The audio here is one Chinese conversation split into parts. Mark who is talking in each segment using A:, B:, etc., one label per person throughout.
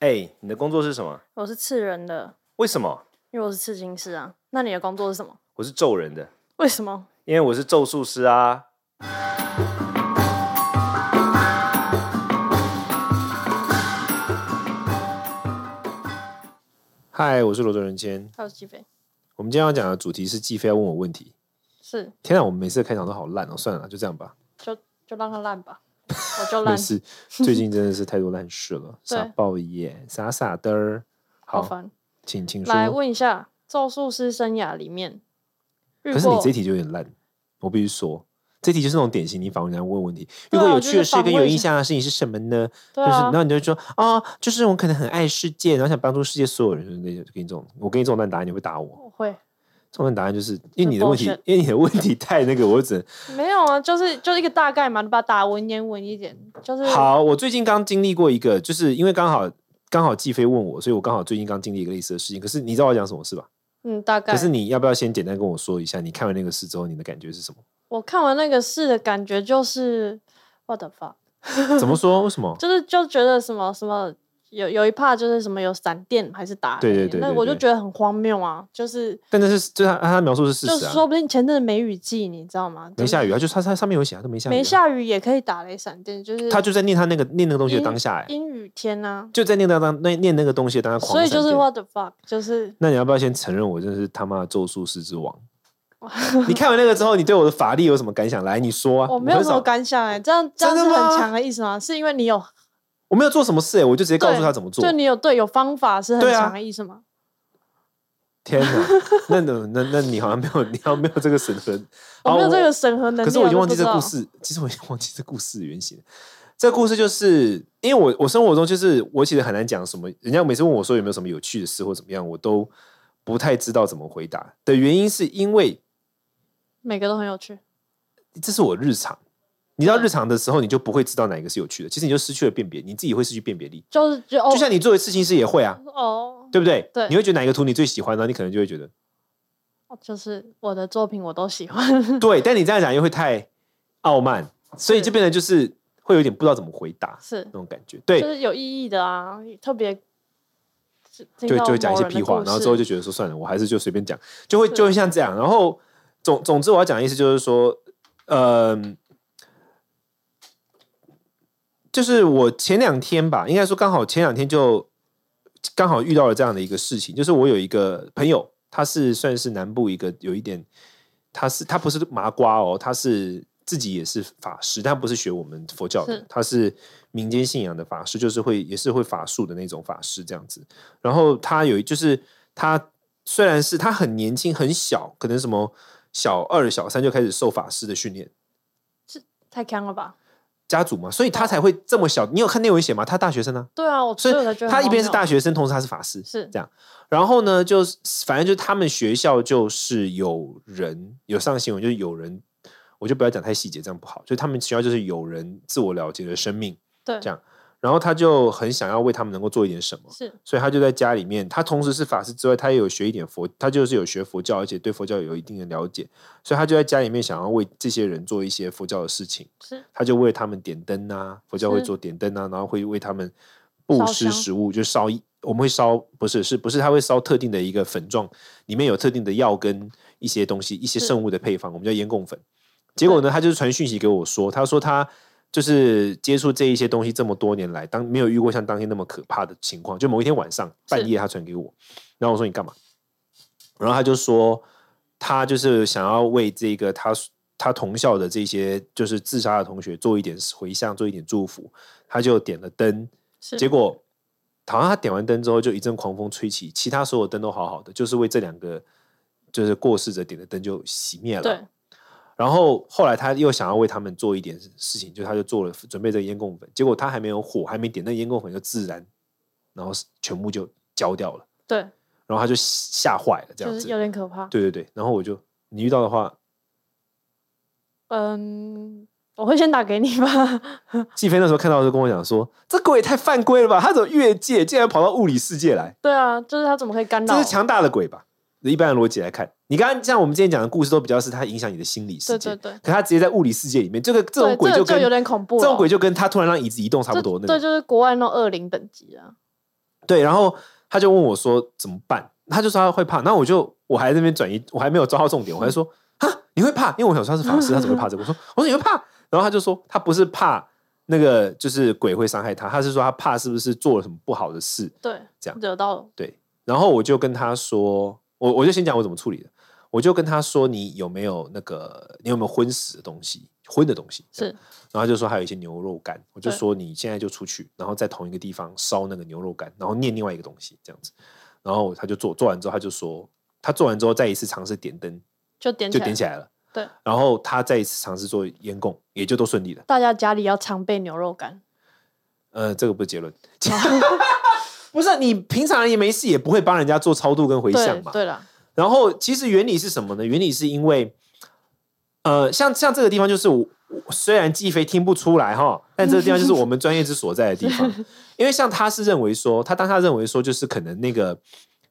A: 哎、你的工作是什么？
B: 我是刺人的，
A: 为什么？
B: 因为我是刺青师啊。那你的工作是什么？
A: 我是咒人的，
B: 为什么？
A: 因为我是咒术师啊。嗨，我是罗德人谦。
B: 还有鸡飞
A: 我们今天要讲的主题是季飞要问我问题。
B: 是，
A: 天啊，我们每次的开场都好烂哦，算了，就这样吧。
B: 就就让它烂吧，我就
A: 没
B: 烂，
A: 事，最近真的是太多烂事了，
B: 对
A: 傻爆眼，傻傻的儿。
B: 好
A: 好，
B: 烦。
A: 请请说。
B: 来问一下，咒术师生涯里面遇
A: 可是你
B: 过
A: 这题就有点烂，我必须说，这题就是那种典型你访问人家问问题。如
B: 对啊
A: 果有
B: 就
A: 趣的
B: 是
A: 事
B: 访
A: 跟有
B: 问一
A: 印
B: 下
A: 象的事情是什么呢？
B: 对
A: 就是，
B: 啊
A: 然，后你就说啊，就是我可能很爱世界，然后想帮助世界所有人。就是那种给你这种，我给你这种烂答案，你会打我。
B: 我会
A: 这种烂答案就是因为
B: 这
A: 你的问题
B: bullshit，
A: 因为你的问题太那个，我就 只能
B: 没有啊，就是就是一个大概嘛，你把它打文言文一点，就是
A: 好，我最近刚经历过一个，就是因为刚好刚好季飞问我，所以我刚好最近刚经历一个类似的事情。可是你知道我要讲什么事吧？
B: 嗯，大概
A: 可。是你要不要先简单跟我说一下，你看完那个事之后，你的感觉是什么？
B: 我看完那个事的感觉就是，what the fuck，
A: 怎么说？为什么？
B: 就是就觉得什么什么。有有一怕就是什么有闪电还是打雷，
A: 对对对
B: 那
A: 对
B: 我就
A: 对
B: 觉得很荒谬啊！就是
A: 但那是就是他他描述是事
B: 就
A: 实
B: 是
A: 啊，
B: 说不定前阵子梅雨季，你知道吗？就
A: 没
B: 是
A: 下雨啊，就是他他上面有写啊，都没下雨、啊，
B: 没，下雨也可以打雷闪电，就是
A: 他就在念他那个念那个东西
B: 嗯
A: 的当下、欸，
B: 阴雨天啊。
A: 就在念那当那念那个东西的当下狂
B: 所以就
A: 闪
B: 是
A: 电
B: what the fuck，就是
A: 那你要不要先承认我真的是他妈的咒术师之王？你看完那个之后，你对我的法力有什么感想？来，你说啊！
B: 我没有
A: 很
B: 什么
A: 少，
B: 感想哎、这样这样
A: 真
B: 是
A: 的吗
B: 很强的意思吗？是因为你有
A: 我没有做什么事、欸，我就直接告诉
B: 对
A: 他怎么做
B: 就。你有对有方法是很
A: 对啊
B: 强的意思吗？
A: 天哪，那那那那你好像没有，你好像没有这个神魂，
B: 我
A: 好
B: 没有这个审核能力，
A: 哦可是我已经忘记这
B: 就
A: 故
B: 不知道。
A: 事，其实我已经忘记这故事的原型了。这故事就是因为我我生活中就是我其实很难讲什么，人家每次问我说有没有什么有趣的事或怎么样，我都不太知道怎么回答的原因是因为
B: 每个都很有趣，
A: 这是我日常。你知道
B: 嗯
A: 日常的时候，你就不会知道哪一个是有趣的，其实你就失去了辨别，你自己会失去辨别力。
B: 就是就哦
A: 就像你作为事情师也会啊，
B: 哦
A: 对不对？
B: 对
A: 你会觉得哪一个图你最喜欢，然后你可能就会觉 得
B: 哦就是我的作品我都喜欢，
A: 对，但你这样讲又会太傲慢，所以
B: 是
A: 就变得就是会有点不知道怎么回答
B: 是
A: 那种感觉。对
B: 就，是有意义的啊，特别就
A: 就就会讲
B: 讲
A: 一些屁话，然后之后就觉得说算了，我还是就随便讲，就会就会像这样。然后总总之我要讲的意思就是说，嗯、就是我前两天吧，应该说刚好前两天就刚好遇到了这样的一个事情，就是我有一个朋友，他是算是南部一个有一点，他是他不是麻瓜哦，他是自己也是法师，但他不是学我们佛教的
B: 是，
A: 他是民间信仰的法师，就是会也是会法术的那种法师这样子。然后他有就是他虽然是他很年轻很小，可能什么小二小三就开始受法师的训练。
B: 太强了吧？
A: 家族嘛，所以他才会这么小。你有看内文写吗？他大学生啊，
B: 对啊，我
A: 所
B: 所以我才觉
A: 以
B: 得
A: 他
B: 很
A: 一边
B: 荒
A: 是
B: 谬
A: 大学生，同时他是法师。
B: 是
A: 然后呢，就是反正就是他们学校就是有人有上新闻，就是有人，我就不要讲太细节，这样不好。就他们学校就是有人自我了结了生命，
B: 对
A: 这样然后他就很想要为他们能够做一点什么，
B: 是
A: 所以他就在家里面，他同时是法师之外，他也有学一点佛，他就是有学佛教，而且对佛教有一定的了解，所以他就在家里面想要为这些人做一些佛教的事情。
B: 是
A: 他就为他们点灯啊，佛教会
B: 是
A: 做点灯啊，然后会为他们布施
B: 烧香
A: 食物，就烧一，我们会烧，不是，是不是他会烧特定的一个粉状，里面有特定的药跟一些东西，一些
B: 是
A: 圣物的配方，我们叫烟供粉。结果呢，他就是传讯息给我说，他说他就是接触这一些东西这么多年来，当没有遇过像当天那么可怕的情况，就某一天晚上
B: 是
A: 半夜他传给我，然后我说你干嘛？然后他就说他就是想要为这个他他同校的这些就是自杀的同学做一点回向，做一点祝福，他就点了灯，
B: 是
A: 结果好像他点完灯之后就一阵狂风吹起，其他所有灯都好好的，就是为这两个就是过世者点的灯就熄灭了。
B: 对
A: 然后后来他又想要为他们做一点事情，就他就做了准备这个烟供粉，结果他还没有火，还没点，那烟供粉就自燃，然后全部就焦掉了，
B: 对，
A: 然后他就吓坏了，这样
B: 就
A: 子。
B: 是有点可怕。
A: 对对对，然后我就你遇到的话，
B: 嗯，我会先打给你吧。
A: 季飞那时候看到就跟我讲说，这鬼也太犯规了吧，他怎么越界，竟然跑到物理世界来，
B: 对啊，就是他怎么可以干扰
A: 这
B: 我？
A: 是强大的鬼吧？一般的逻辑来看，你刚刚像我们之前讲的故事都比较是它影响你的心理世
B: 对
A: 界，
B: 对对，
A: 可他直接在物理世界里面，这个这
B: 对
A: 种鬼
B: 这个
A: 跟
B: 就有点恐怖了。
A: 这种鬼就跟他突然让椅子移动差不多
B: 这
A: 那
B: 对，
A: 种。
B: 就是国外那种恶灵等级啊。
A: 对，然后他就问我说怎么办，他就说他会怕，那我就我还在那边转移，我还没有抓到重点，我还说啊你会怕，因为我想说他是法师，他怎么会怕这个？我说我说你会怕，然后他就说他不是怕那个就是鬼会伤害他，他是说他怕是不是做了什么不好的事，
B: 对，
A: 这样
B: 惹到
A: 对，然后我就跟他说，我我就先讲我怎么处理的，我就跟他说你有没有那个你有没有荤食的东西，荤的东西这样
B: 是
A: 然后他就说还有一些牛肉干，我就
B: 对
A: 说你现在就出去，然后在同一个地方烧那个牛肉干，然后念另外一个东西这样子，然后他就做，做完之后他就说他做完之后再一次尝试点灯，
B: 就点
A: 就
B: 起
A: 点
B: 来。
A: 起来了，
B: 对，
A: 然后他再一次尝试做烟供，也就都顺利了。
B: 大家家里要常备牛肉干，
A: 呃，这个不是结论，
B: 哦
A: 不是你平常也没事，也不会帮人家做超度跟回向
B: 对
A: 嘛，
B: 对啦，
A: 然后其实原理是什么呢？原理是因为，呃，像像这个地方就是我我虽然季飞听不出来哈，但这个地方就是我们专业之所在的地方。因为像他是认为说，他当下认为说，就是可能那个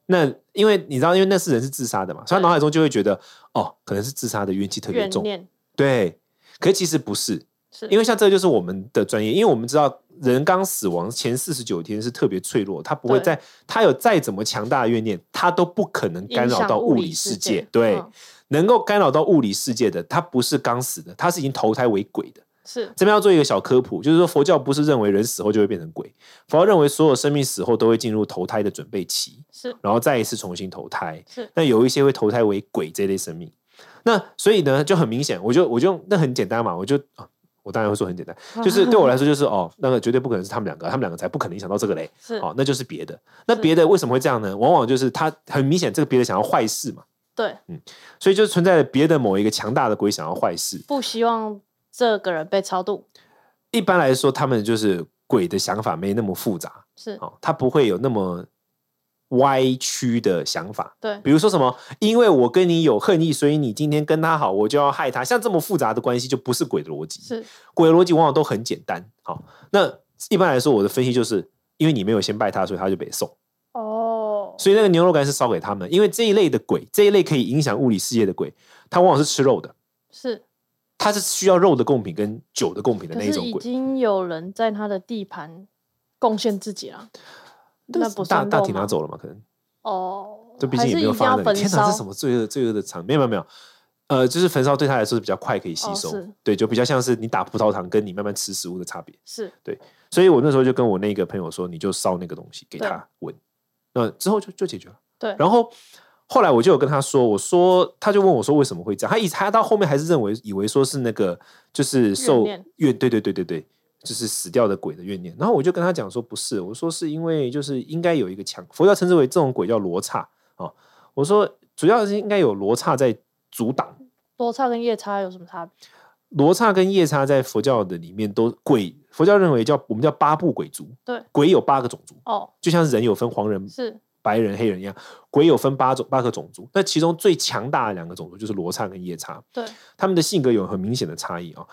A: 那，因为你知道，因为那是人是自杀的嘛，所以他脑海中就会觉得哦，可能是自杀的冤气特别
B: 怨
A: 重，
B: 念
A: 对。可是其实不是，
B: 是
A: 因为像这个就是我们的专业，因为我们知道人刚死亡前四十九天是特别脆弱，他不会
B: 对
A: 在他有再怎么强大的怨念，他都不可能干
B: 影
A: 扰
B: 响
A: 到物
B: 理
A: 理
B: 世
A: 世界。对，
B: 嗯
A: 能够干扰到物理世界的，他不是刚死的，他是已经投胎为鬼的。
B: 是
A: 这边要做一个小科普，就是说佛教不是认为人死后就会变成鬼，佛教认为所有生命死后都会进入投胎的准备期，
B: 是
A: 然后再一次重新投胎。
B: 是
A: 那有一些会投胎为鬼这类生命。那所以呢，就很明显，我就我就用那很简单嘛，我就、啊我当然会说很简单，就是对我来说就是哦，那个绝对不可能是他们两个，他们两个才不可能影响到这个嘞。
B: 是，
A: 哦，那就是别的。那别的为什么会这样呢？往往就是他很明显，这个别的想要坏事嘛，
B: 对，
A: 所以就存在了别的某一个强大的鬼想要坏事。
B: 不希望这个人被超度，
A: 一般来说，他们就是鬼的想法没那么复杂，
B: 是
A: 哦，他不会有那么歪曲的想法。
B: 对
A: 比如说什么，因为我跟你有恨意，所以你今天跟他好，我就要害他。像这么复杂的关系，就不是鬼的逻辑。
B: 是
A: 鬼的逻辑往往都很简单。好、那一般来说，我的分析就是，因为你没有先拜他，所以他就被送。
B: 哦，
A: 所以那个牛肉干是烧给他们，因为这一类的鬼，这一类可以影响物理世界的鬼，它往往是吃肉的，
B: 是
A: 它是需要肉的贡品跟酒的贡品的
B: 可
A: 那一
B: 是
A: 种
B: 已
A: 鬼。
B: 经有人在他的地盘贡献自己了，那不
A: 大
B: 算
A: 大
B: 肉
A: 体拿
B: 吗？
A: 走了嘛？可能
B: 哦，
A: 这毕
B: 还
A: 竟也没
B: 是一
A: 有
B: 定
A: 放
B: 要
A: 在那
B: 焚
A: 里。天哪，
B: 烧
A: 这，什么罪恶罪恶的场面？没有没有没有，呃，就是焚烧对他来说是比较快可以吸
B: 哦
A: 收，
B: 是
A: 对，就比较像是你打葡萄糖跟你慢慢吃食物的差别。
B: 是
A: 所以我那时候就跟我那个朋友说，你就烧那个东西给
B: 对
A: 他闻，那之后就就解决了。
B: 对
A: 然后后来我就有跟他说，我说他就问我说为什么会这样，他以他到后面还是认为以为说是那个就是受
B: 怨念
A: 怨，对对对对对，就是死掉的鬼的怨念。然后我就跟他讲说不是，我说是因为就是应该有一个强，佛教称之为这种鬼叫罗刹哦。我说主要是应该有罗刹在阻挡。
B: 罗刹跟夜叉有什么差别？
A: 罗刹跟夜叉在佛教的里面都鬼，佛教认为叫我们叫八部鬼族，
B: 对，
A: 鬼有八个种族，
B: 哦，
A: 就像是人有分黄人、
B: 是
A: 白人、黑人一样，鬼有分八种八个种族。那其中最强大的两个种族就是罗刹跟夜叉，
B: 对
A: 他们的性格有很明显的差异啊、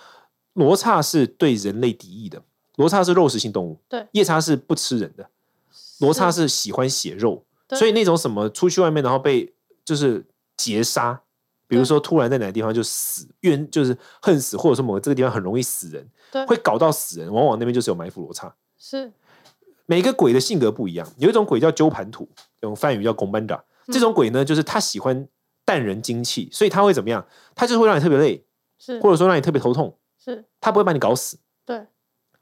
A: 罗刹是对人类敌意的，罗刹是肉食性动物，
B: 对
A: 夜叉是不吃人的，罗刹是喜欢血肉，
B: 对
A: 所以那种什么出去外面然后被就是劫杀，比如
B: 对
A: 说突然在哪个地方就死怨就是恨死，或者说某个这个地方很容易死人，
B: 对
A: 会搞到死人，往往那边就是有埋伏罗刹。
B: 是
A: 每个鬼的性格不一样，有一种鬼叫鸠盘土，用梵语叫拱班长。
B: 嗯
A: 这种鬼呢，就是他喜欢淡人精气，所以他会怎么样？他就是会让你特别累，
B: 是
A: 或者说让你特别头痛，
B: 是，
A: 他不会把你搞死，
B: 对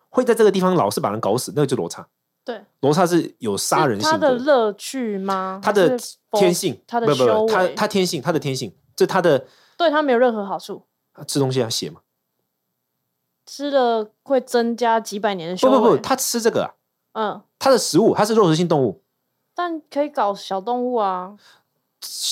A: 会在这个地方老是把人搞死，那个就罗刹。
B: 对，
A: 罗刹是有杀人
B: 是他
A: 性
B: 的
A: 格，
B: 乐趣吗？
A: 他的
B: 是否
A: 天性，
B: 他的
A: 不不
B: 修
A: 不，他
B: 为
A: 他天性，他的天性，这他的
B: 对他没有任何好处，
A: 吃东西要血嘛？
B: 吃了会增加几百年的修
A: 不
B: 为。
A: 不不，他吃这个、啊，
B: 嗯，
A: 他的食物，他是肉食性动物，
B: 但可以搞小动物啊。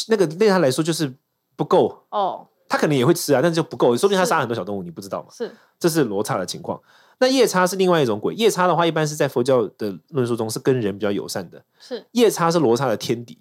A: 那个对他来说就是不够，
B: 哦，
A: 他可能也会吃啊，但是就不够，说不定他
B: 是
A: 杀很多小动物，你不知道嘛？
B: 是
A: 这是罗刹的情况。那夜叉是另外一种鬼，夜叉的话一般是在佛教的论述中是跟人比较友善的，
B: 是
A: 夜叉是罗刹的天敌，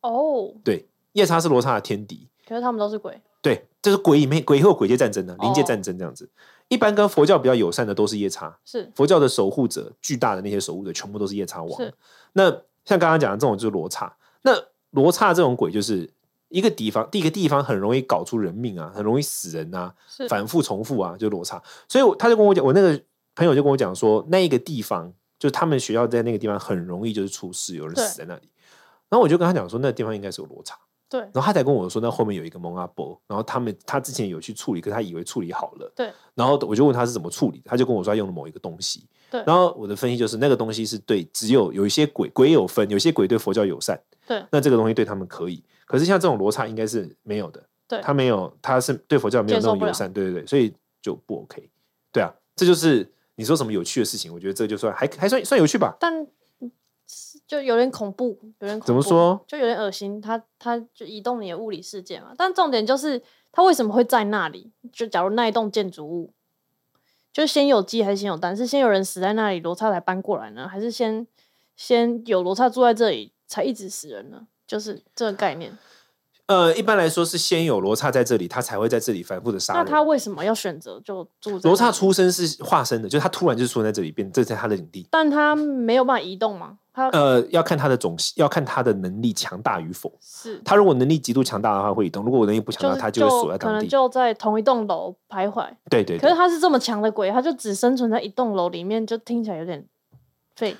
B: 哦，
A: 对，夜叉是罗刹的天敌，
B: 可是他们都是鬼，
A: 对，这是鬼里面鬼和鬼界战争呢、啊，
B: 哦
A: 灵界战争这样子。一般跟佛教比较友善的都是夜叉，
B: 是
A: 佛教的守护者巨大的那些守护者全部都是夜叉王
B: 是。
A: 那像刚刚讲的这种就是罗刹，那罗刹这种鬼就是一个地方，第一个地方很容易搞出人命啊，很容易死人啊，
B: 是
A: 反复重复啊，就罗刹。所以我他就跟我讲，我那个朋友就跟我讲说，那一个地方就就他们学校在那个地方很容易就是出事，有人
B: 对
A: 死在那里。然后我就跟他讲说，那个地方应该是有落差。
B: 对
A: 然后他才跟我说，那后面有一个蒙阿波，然后他们他之前有去处理，可是他以为处理好了，
B: 对
A: 然后我就问他是怎么处理的，他就跟我说他用了某一个东西，
B: 对
A: 然后我的分析就是那个东西是对只有有一些鬼鬼有分，有些鬼对佛教友善，
B: 对
A: 那这个东西对他们可以，可是像这种罗刹应该是没有的，
B: 对
A: 他没有，他是对佛教没有那种
B: 接受
A: 友
B: 不了
A: 善，对对对，所以就不 OK，对啊，这就是你说什么有趣的事情，我觉得这就算还还算算有趣吧，
B: 但就有点恐怖，有点恐怖
A: 怎么？说？
B: 就有点恶心，它它就移动你的物理世界嘛。但重点就是它为什么会在那里？就假如那一栋建筑物，就是先有鸡还是先有蛋？是先有人死在那里，罗刹才搬过来呢？还是先先有罗刹住在这里才一直死人呢？就是这个概念。
A: 呃，一般来说是先有罗刹在这里，他才会在这里反复的杀
B: 那
A: 人。
B: 他为什么要选择就住在
A: 罗
B: 那
A: 刹
B: 里？
A: 出生是化身的，就是他突然就出生在这里，变这是他的领地。
B: 但他没有办法移动吗？他
A: 呃，要看他的种，要看他的能力强大与否。
B: 是
A: 他如果能力极度强大的话，会移动；如果我能力不强
B: 就
A: 大，
B: 是
A: 他
B: 就
A: 会锁在
B: 可
A: 当
B: 能
A: 地。
B: 就在同一栋楼徘徊。
A: 对对
B: 可
A: 对
B: 是，他是这么强的鬼，他就只生存在一栋楼里面，就听起来有点废。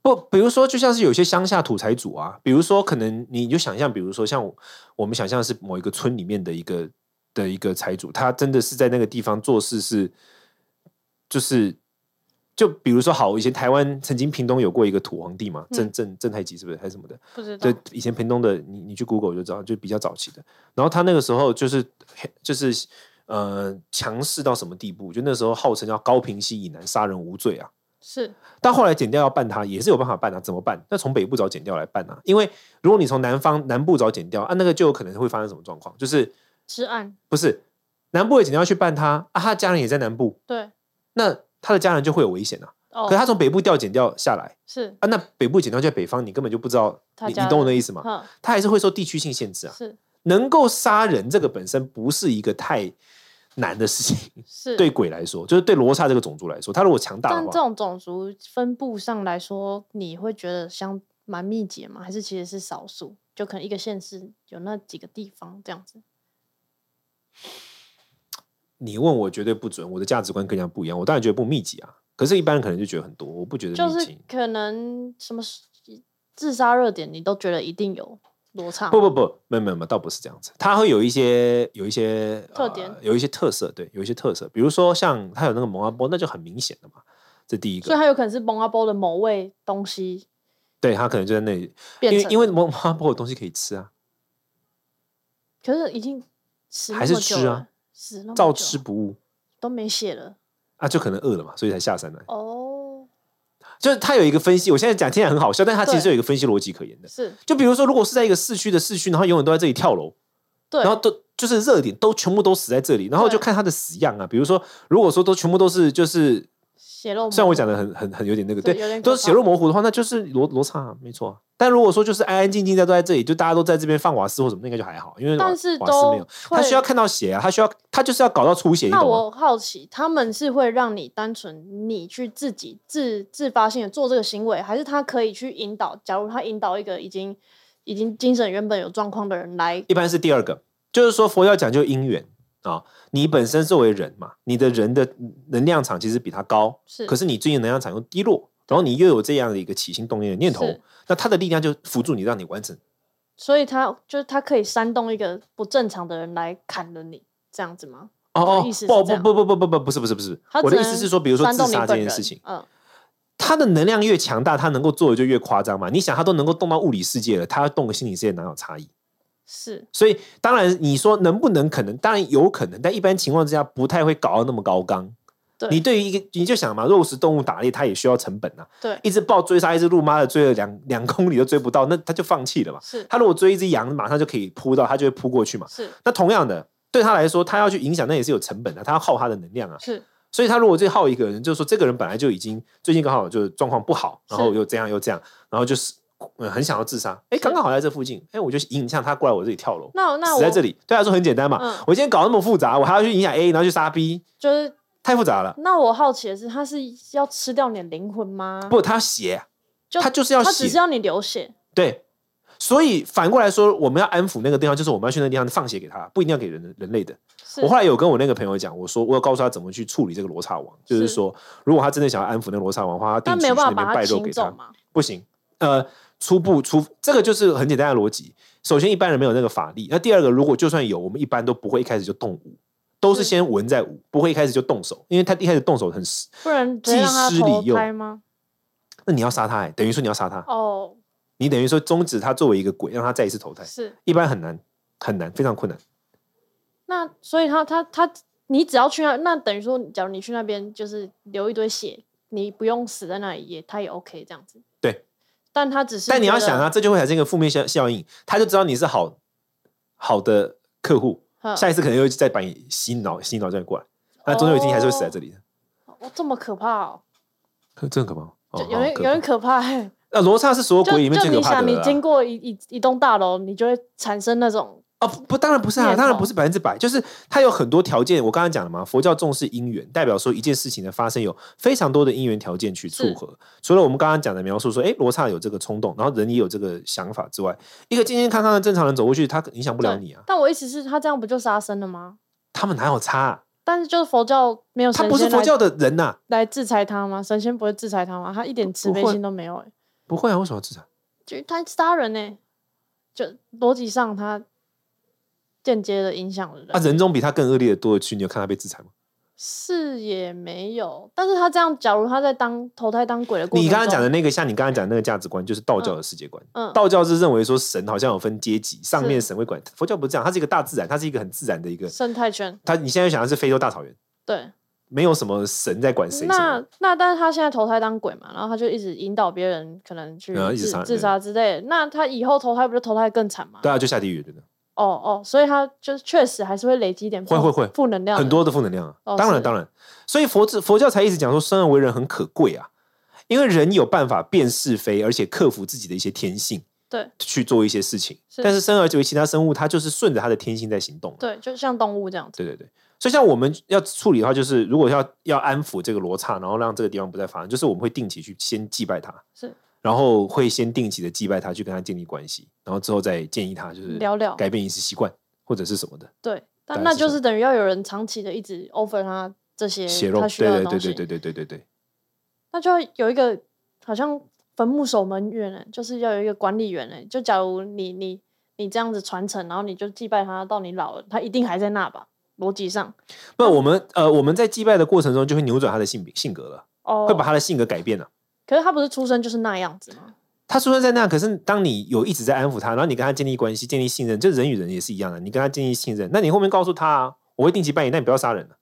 A: 不，比如说，就像是有些乡下土财主啊，比如说，可能你就想象，比如说像我我们想象是某一个村里面的一个的一个财主，他真的是在那个地方做事是，就是就比如说，好，以前台湾曾经屏东有过一个土皇帝
B: 嗯
A: 嘛，郑郑郑太极是不是还是什么的？
B: 不知道
A: 对，以前屏东的，你你去 Google 就知道，就比较早期的。然后他那个时候就是就是呃强势到什么地步？就那时候号称要高平息以南杀人无罪啊，
B: 是
A: 但后来剪掉要办他也是有办法办啊，怎么办？那从北部找剪掉来办啊，因为如果你从南方南部找剪掉啊，那个就有可能会发生什么状况？就是
B: 治安，
A: 不是南部的剪掉去办他啊，他的家人也在南部，
B: 对
A: 那他的家人就会有危险啊。
B: 哦
A: 可是，他从北部调剪掉下来
B: 是
A: 啊，那北部剪掉就在北方，你根本就不知道，
B: 他
A: 你你
B: 家
A: 懂我
B: 人
A: 的意思吗？
B: 哼
A: 他还是会受地区性限制啊。
B: 是
A: 能够杀人这个本身不是一个太难的事情，
B: 是
A: 对。鬼来说，就是对罗刹这个种族来说，他如果强大
B: 但
A: 的
B: 这
A: 话，
B: 种种族分布上来说，你会觉得相蛮密集吗？还是其实是少数？就可能一个县市有那几个地方这样子。
A: 你问我绝对不准，我的价值观跟人家不一样，我当然觉得不密集啊。可是，一般人可能就觉得很多，我不觉得
B: 就
A: 密
B: 是
A: 集。
B: 可能什么自杀热点，你都觉得一定有罗刹
A: 不不不，没有没有没有，倒不是这样子。它会有一些有一些
B: 特点
A: 呃，有一些特色，对，有一些特色。比如说像它有那个蒙阿波，那就很明显的嘛。这第一
B: 所以
A: 个，
B: 它有可能是蒙阿波的某位东西
A: 对，它可能就在那里，因
B: 变
A: 为
B: 成，
A: 因为蒙阿波有东西可以吃啊，
B: 可是已经死那
A: 还是
B: 么久
A: 吃啊
B: 了，死那么
A: 照
B: 久
A: 吃不误
B: 都没血了
A: 啊，就可能饿了嘛，所以才下山来。
B: 哦，
A: 就是他有一个分析，我现在讲听起来很好笑，但他其实是
B: 对
A: 有一个分析逻辑可言的。
B: 是
A: 就比如说，如果是在一个市区的市区，然后永远都在这里跳楼，
B: 对，
A: 然后都就是热点都全部都死在这里，然后就看他的死样啊。比如说，如果说都全部都是就是，
B: 血肉模糊，
A: 虽然我讲的很很很有点那个，
B: 对
A: 对，
B: 有点
A: 都
B: 可
A: 是
B: 怕
A: 血肉模糊的话，那就是罗罗刹啊没错啊。但如果说就是安安静静在都在这里，就大家都在这边放瓦斯或什么，那应该就还好，因为瓦
B: 但是
A: 瓦斯
B: 都
A: 没有，他需要
B: 会
A: 看到血啊，他需要他就是要搞到出血，你
B: 那
A: 懂吗？
B: 我好奇，他们是会让你单纯你去自己自自发性的做这个行为，还是他可以去引导？假如他引导一个已经已经精神原本有状况的人来，
A: 一般是第二个，就是说佛教讲究因缘啊、你本身作为人嘛，你的人的能量场其实比他高，
B: 是
A: 可是你最近能量场又低落，然后你又有这样的一个起心动念的念头
B: 是，
A: 那他的力量就辅助你，让你完成。
B: 所以他就是他可以煽动一个不正常的人来砍了你，这样子吗？
A: 哦
B: 我
A: 哦
B: 的意思，是
A: 不
B: 这
A: 不
B: 样
A: 不不不不不不是不是不是，
B: 他
A: 我
B: 只
A: 的意思
B: 能
A: 是说，比如说
B: 煽
A: 自
B: 动你
A: 杀这
B: 本
A: 件
B: 人
A: 事情，
B: 嗯，
A: 他的能量越强大，他能够做的就越夸张嘛。你想，他都能够动到物理世界了，他要动个心理世界哪有差异？
B: 是
A: 所以当然，你说能不能可能，当然有可能，但一般情况之下不太会搞到那么高纲。
B: 对
A: 你对于一个你就想嘛，肉食动物打猎，它也需要成本啊，
B: 对
A: 一直暴追杀一只鹿，妈的追了两 两公里都追不到，那它就放弃了嘛。
B: 是
A: 它如果追一只羊，马上就可以扑到，它就会扑过去嘛。
B: 是
A: 那同样的，对它来说，它要去影响，那也是有成本的，它要耗它的能量啊。
B: 是
A: 所以他如果最耗一个人，就是说这个人本来就已经最近刚好就是状况不好，
B: 是
A: 然后又这样又这样，然后就是、呃、很想要自杀，哎，
B: 是
A: 刚刚好在这附近，哎，我就影响他过来我这里跳楼，
B: 那那
A: 死
B: 我
A: 在这里，对他啊来说很简单嘛。
B: 嗯
A: 我今天搞那么复杂，我还要去影响 A，然后去杀 B，
B: 就是
A: 太复杂了。
B: 那我好奇的是，他是要吃掉你的灵魂吗？
A: 不，他要血，
B: 就
A: 他就是要
B: 他
A: 血
B: 只是，要你流血，
A: 对。所以反过来说，我们要安抚那个地方，就是我们要去那个地方放血给他，不一定要给人人类的。
B: 是
A: 我后来有跟我那个朋友讲，我说我有告诉他怎么去处理这个罗刹王，就是是说，如果他真的想要安抚那个罗刹王的话，他
B: 但
A: 定期
B: 没有
A: 去
B: 办
A: 那
B: 法
A: 边
B: 把
A: 拜
B: 它
A: 肉
B: 请
A: 给
B: 走
A: 他，
B: 嘛？
A: 不行。呃，初步除这个就是很简单的逻辑。首先，一般人没有那个法力。那第二个，如果就算有，我们一般都不会一开始就动武，都是
B: 是
A: 先闻再武，不会一开始就动手，因为他一开始动手很死。
B: 不然直接让他
A: 既失
B: 投
A: 礼又
B: 胎吗？
A: 那你要杀他、欸，等于说你要杀他，
B: 哦，
A: 你等于说终止他作为一个鬼，让他再一次投胎，
B: 是。
A: 一般很难，很难，非常困难。
B: 那所以他他他，你只要去那，那等于说，假如你去那边就是流一堆血，你不用死在那里也，他也 OK 这样子。
A: 对。
B: 但他只是，
A: 但你要想啊，，这就会产生一个负面效效应，他就知道你是好好的客户，
B: 哼
A: 下一次可能又再把你洗脑洗脑这样过来，那总有一天你还是会死在这里的，
B: 哦这么可怕哦，
A: 可这很可怕吗。哦
B: 就有点
A: 好
B: 有
A: 可
B: 点
A: 怕
B: 可怕欸。
A: 那罗刹是所有
B: 就
A: 鬼里面
B: 就
A: 最可
B: 你
A: 怕
B: 想，
A: 的
B: 你
A: 了
B: 经
A: 啦。
B: 过一一一栋大楼，你就会产生那种
A: 哦，不不，当然不是啊，
B: 念
A: 当然
B: 头
A: 不是百分之百，就是它有很多条件。我刚刚讲了嘛，佛教重视因缘，代表说一件事情的发生有非常多的因缘条件去
B: 是
A: 撮合。除了我们刚刚讲的描述说，哎，罗刹有这个冲动，然后人也有这个想法之外，一个健健康康的正常人走过去，他影响不了
B: 对
A: 你啊。
B: 但我意思是，他这样不就杀生了吗？
A: 他们哪有差、啊？
B: 但是就是佛教没有神
A: 他
B: 仙
A: 不是佛
B: 来
A: 教的人呐、
B: 来制裁他吗？神仙不会制裁他吗？他一点慈
A: 不
B: 悲
A: 会
B: 心都没有、欸，
A: 不会啊，为什么要制裁？
B: 就他杀人呢、就逻辑上他间接的影响了人，
A: 啊，人中比他更恶劣的多的去，你有看他被制裁吗？
B: 是也没有。但是他这样，假如他在当投胎当鬼的过程中，
A: 你刚刚讲的那个，像你刚刚讲的那个价值观，就是道教的世界观。
B: 嗯，
A: 道教是认为说神好像有分阶级，上面
B: 是
A: 神会管，佛教不是这样，它是一个大自然，它是一个很自然的一个。
B: 生态圈
A: 它你现在想的是非洲大草原，
B: 对。
A: 没有什么神在管谁什么
B: 那那但是他现在投胎当鬼嘛，然后他就一直引导别人可能去
A: 嗯一直
B: 自、
A: 杀
B: 自
A: 人
B: 杀之类的。那他以后投胎不就投胎更惨吗
A: 的，？对啊，就下地狱，真的
B: 哦哦，所以他就是确实还是会累积一点
A: 会
B: 负
A: 会会
B: 负能量的，
A: 很多的负能量啊。
B: 哦
A: 当
B: 是
A: 然当然，所以佛佛教才一直讲说生而为人很可贵啊，因为人有办法辨是非，而且克服自己的一些天性
B: 对
A: 去做一些事情。
B: 是
A: 但是生而为其他生物，它就是顺着它的天性在行动啊。
B: 对，就像动物这样子。
A: 对对对，所以像我们要处理的话，就是如果要要安抚这个罗刹，然后让这个地方不再发生，就是我们会定期去先祭拜他，
B: 是，
A: 然后会先定期的祭拜他，去跟他建立关系，然后之后再建议他就是
B: 聊聊
A: 改变饮食习惯或者是什么的
B: 对，但
A: 大概
B: 那
A: 是
B: 就
A: 这
B: 是等于要有人长期的一直 offer 他这些
A: 血肉，
B: 他需要的
A: 对对
B: 东
A: 对
B: 西，
A: 对对对对对对，
B: 那就要有一个好像坟墓守门员、欸，就是要有一个管理员、欸，就假如你你你这样子传承，然后你就祭拜他到你老了，他一定还在那吧？逻辑上，
A: 那我们呃我们在祭拜的过程中就会扭转他的性别性格了，
B: 哦，
A: 会把他的性格改变了、
B: 可是他不是出生就是那样子吗？
A: 他出生在那样，可是当你有一直在安抚他，然后你跟他建立关系、建立信任，就人与人也是一样的，你跟他建立信任，那你后面告诉他、啊，我会定期拜你，但你不要杀人了。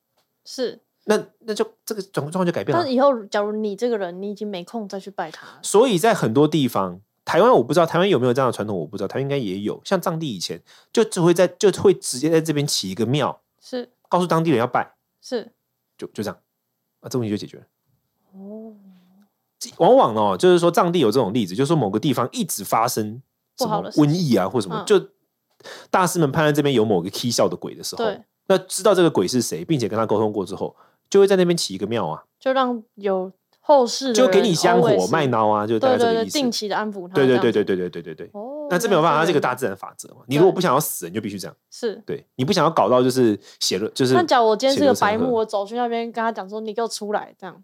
B: 是，
A: 那那就这个状况就改变
B: 但
A: 了。啊
B: 以后假如你这个人你已经没空再去拜他了，
A: 所以在很多地方，台湾我不知道台湾有没有这样的传统，我不知道，台湾应该也有。像藏地以前就只会在就会直接在这边起一个庙，
B: 是
A: 告诉当地人要拜，
B: 是
A: 就就这样啊，这问题就解决了。
B: 哦，
A: 这往往哦，就是说藏地有这种例子，就是说某个地方一直发生
B: 不
A: 什
B: 好
A: 么
B: 的事情
A: 瘟疫啊，或什么，
B: 嗯
A: 就大师们判断这边有某个 K 笑的鬼的时候
B: 对，
A: 那知道这个鬼是谁，并且跟他沟通过之后，就会在那边起一个庙啊，
B: 就让有后世的
A: 就给
B: 人哦
A: 你香火
B: always
A: 卖孬啊，就大概
B: 对
A: 这
B: 对
A: 个
B: 对，
A: 意思。
B: 定期的安抚他，
A: 对对对
B: 这样子
A: 对对对对对对。
B: 哦，
A: 那这没有办法，它是一个大
B: 字
A: 自然法则嘛。你
B: 对
A: 如果不想要死，你就必须这样。
B: 是。
A: 对你不想要搞到就是血肉，就是
B: 那假如我今天是
A: 血
B: 个
A: 流成
B: 白目，
A: 河
B: 我走去那边跟他讲说：“你给我出来！”这样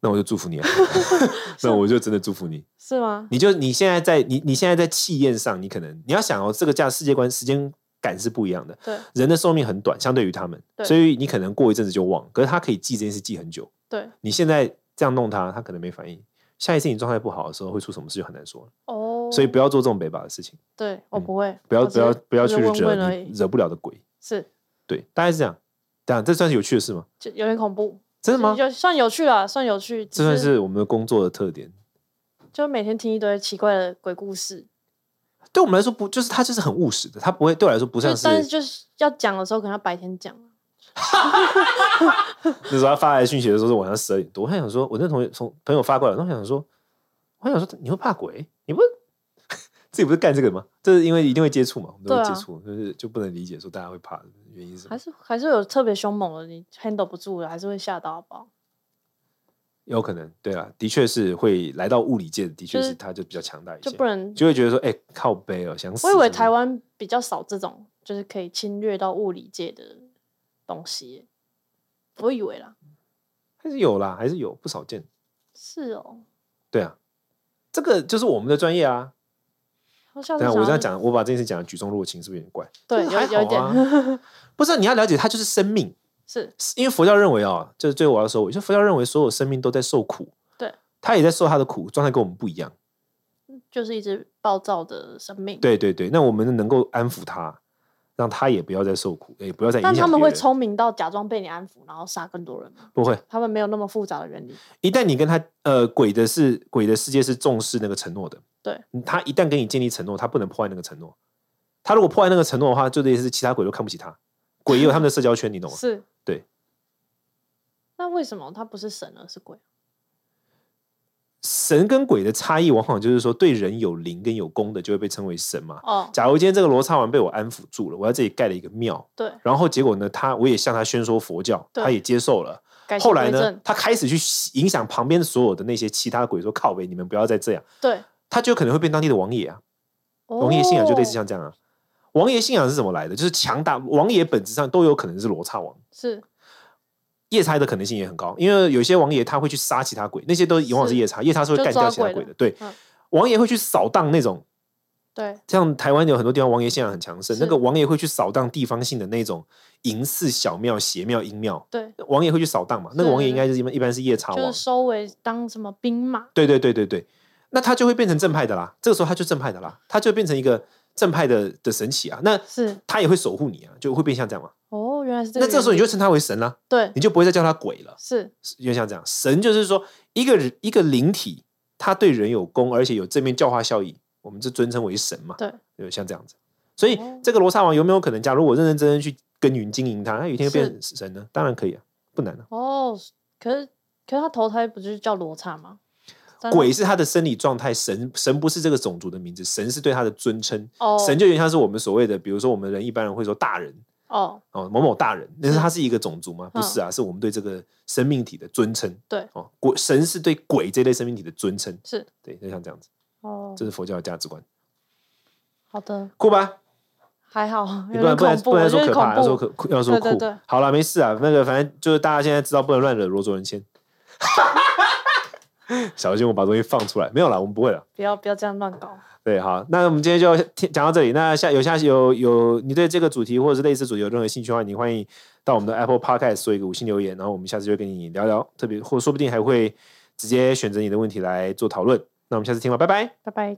A: 那我就祝福 你啊。 那我就真的祝福你。
B: 是吗？
A: 你就你现在在你你现在在气焰上，你可能你要想哦，这个价世界观时间感是不一样的。
B: 对
A: 人的寿命很短，相对于他们，
B: 对
A: 所以你可能过一阵子就忘。可是他可以记这件事记很久。
B: 对
A: 你现在这样弄他，他可能没反应。下一次你状态不好的时候会出什么事就很难说了。
B: 哦，
A: 所以不要做这种北法的事情，
B: 对我
A: 嗯
B: 不会，
A: 不要
B: 我只
A: 不要
B: 是
A: 不要
B: 只
A: 去
B: 是问问
A: 惹
B: 而
A: 你
B: 已，
A: 惹不了的鬼。
B: 是
A: 对，大概是这样。这样，这算是有趣的事吗？
B: 就有点恐怖，
A: 真的
B: 就
A: 吗？
B: 就算有趣啊，算有趣，
A: 这
B: 只
A: 算
B: 是
A: 是我们的工作的特点。
B: 就每天听一堆奇怪的鬼故事，
A: 对我们来说不，就是它就是很务实的，它不会对我来说不
B: 就
A: 像
B: 但是就是要讲的时候，可能要白天讲，啊
A: 那时候他发来讯息的时候是晚上十二点多，我还想说，我那同学从朋友发过来，然后我想说，我还想说你会怕鬼？你不是自己不是干这个的吗？这是因为一定会接触嘛，我们都
B: 对
A: 会
B: 啊
A: 接触，就是就不能理解说大家会怕的原因是什么？
B: 还啊是还是有特别凶猛的，你 handle 不住的，还是会吓到，好不好？
A: 有可能，对啊，的确是会来到物理界，的确
B: 就是
A: 是它就比较强大一些，
B: 就不能。
A: 就会觉得说，哎、靠背哦，想死。
B: 我以为台，湾比较少这种，就是可以侵略到物理界的东西耶，我以为啦。
A: 还是有啦，还是有不少见。
B: 是哦，
A: 对啊，这个就是我们的专业啊。
B: 我下次
A: 对啊，
B: 想
A: 我这
B: 要
A: 样讲，我把这件事讲的举重若轻，是不是有点怪？
B: 对，
A: 就是还
B: 有有一
A: 好啊
B: 点
A: 不是，你要了解它就是生命，
B: 是
A: 因为佛教认为啊、就是最后我要说，就佛教认为所有生命都在受苦，
B: 对，
A: 他也在受他的苦，状态跟我们不一样。
B: 就是一只暴躁的生命。
A: 对对对，那我们能够安抚他，让他也不要再受苦，也不要再影响
B: 但
A: 别人。
B: 他们会聪明到假装被你安抚，然后杀更多人吗？
A: 不会，
B: 他们没有那么复杂的原理。
A: 一旦你跟他呃鬼的是鬼的世界是重视那个承诺的，
B: 对，
A: 他一旦跟你建立承诺，他不能破坏那个承诺。他如果破坏那个承诺的话，就类似其他鬼都看不起他，鬼也有他们的社交圈，你 懂吗？
B: 是，
A: 对。
B: 那为什么他不是神而是鬼？
A: 神跟鬼的差异，往往就是说对人有灵跟有功的就会被称为神嘛。
B: 哦，
A: 假如今天这个罗刹王被我安抚住了，我在这里盖了一个庙，
B: 对，
A: 然后结果呢，他我也向他宣说佛教，
B: 对
A: 他也接受了。
B: 改邪
A: 后来
B: 归
A: 呢
B: 正，
A: 他开始去影响旁边所有的那些其他鬼，说靠北，你们不要再这样。
B: 对，
A: 他就可能会变当地的王爷啊，王
B: 王
A: 爷信仰就
B: 哦
A: 类似像这样啊。王爷信仰是怎么来的？就是强大，王爷本质上都有可能是罗刹王。
B: 是
A: 夜叉的可能性也很高，因为有些王爷他会去杀其他鬼，那些都往往是
B: 是
A: 夜叉，夜叉是会
B: 就
A: 干掉
B: 抓
A: 其他
B: 鬼
A: 鬼的。
B: 的
A: 对，
B: 嗯
A: 王爷会去扫荡那种，
B: 对，
A: 像台湾有很多地方王爷信仰很强盛，那
B: 是
A: 个王爷会去扫荡地方性的那种淫寺、小庙、邪庙、阴庙，
B: 对，
A: 王爷会去扫荡嘛。那个
B: 对
A: 王爷
B: 对
A: 应该是一般一般是夜叉
B: 就
A: 王
B: 是，收为当什么兵马，
A: 对对对对对，那他就会变成正派的啦。这个时候他就正派的啦，他就变成一个正派的的神奇啊。那
B: 是
A: 他也会守护你啊，就会变像这样嘛。
B: 哦，原来是这
A: 那
B: 个原理。
A: 这时候你就称他为神啦、
B: 对
A: 你就不会再叫他鬼了。
B: 是
A: 就像这样，神就是说一个人一个灵体，他对人有功，而且有正面教化效益，我们就尊称为神嘛。
B: 对，
A: 就像这样子。所以
B: 哦
A: 这个罗刹王有没有可能？假如我认认真真去耕耘经营它，他有一天会变
B: 是
A: 神呢？当然可以啊，不难啊。
B: 哦，可是可是他投胎不就是叫罗刹吗？但他
A: 鬼是他的生理状态，神神不是这个种族的名字，神是对他的尊称。
B: 哦
A: 神就有点像是我们所谓的，比如说我们人一般人会说大人
B: 哦
A: 哦，某某大人，但是他是一个种族吗？
B: 嗯
A: 不是啊，是我们对这个生命体的尊称。
B: 对
A: 哦，鬼神是对鬼这类生命体的尊称。
B: 是
A: 对，就像这样子。
B: 哦，
A: 这是佛教的价值观，
B: 好的，
A: 酷吧？
B: 还好，
A: 你
B: 有
A: 不能不能
B: 点恐怖，
A: 不能
B: 我觉
A: 说
B: 得
A: 可怕，要说
B: 恐怖。
A: 可 要说酷。
B: 对对对
A: 好了，没事啊，那个反正就是大家现在知道不能乱惹罗卓人先， 小心我把东西放出来。没有啦，我们不会了。
B: 不要不要这样乱搞。
A: 对，好，那我们今天就听讲到这里。那下有下有有你对这个主题或者是类似主题有任何兴趣的话，你欢迎到我们的 Apple Podcast 做一个五星留言，然后我们下次就跟你聊聊，特别或说不定还会直接选择你的问题来做讨论。那我们下次听吧，拜拜。
B: 拜拜。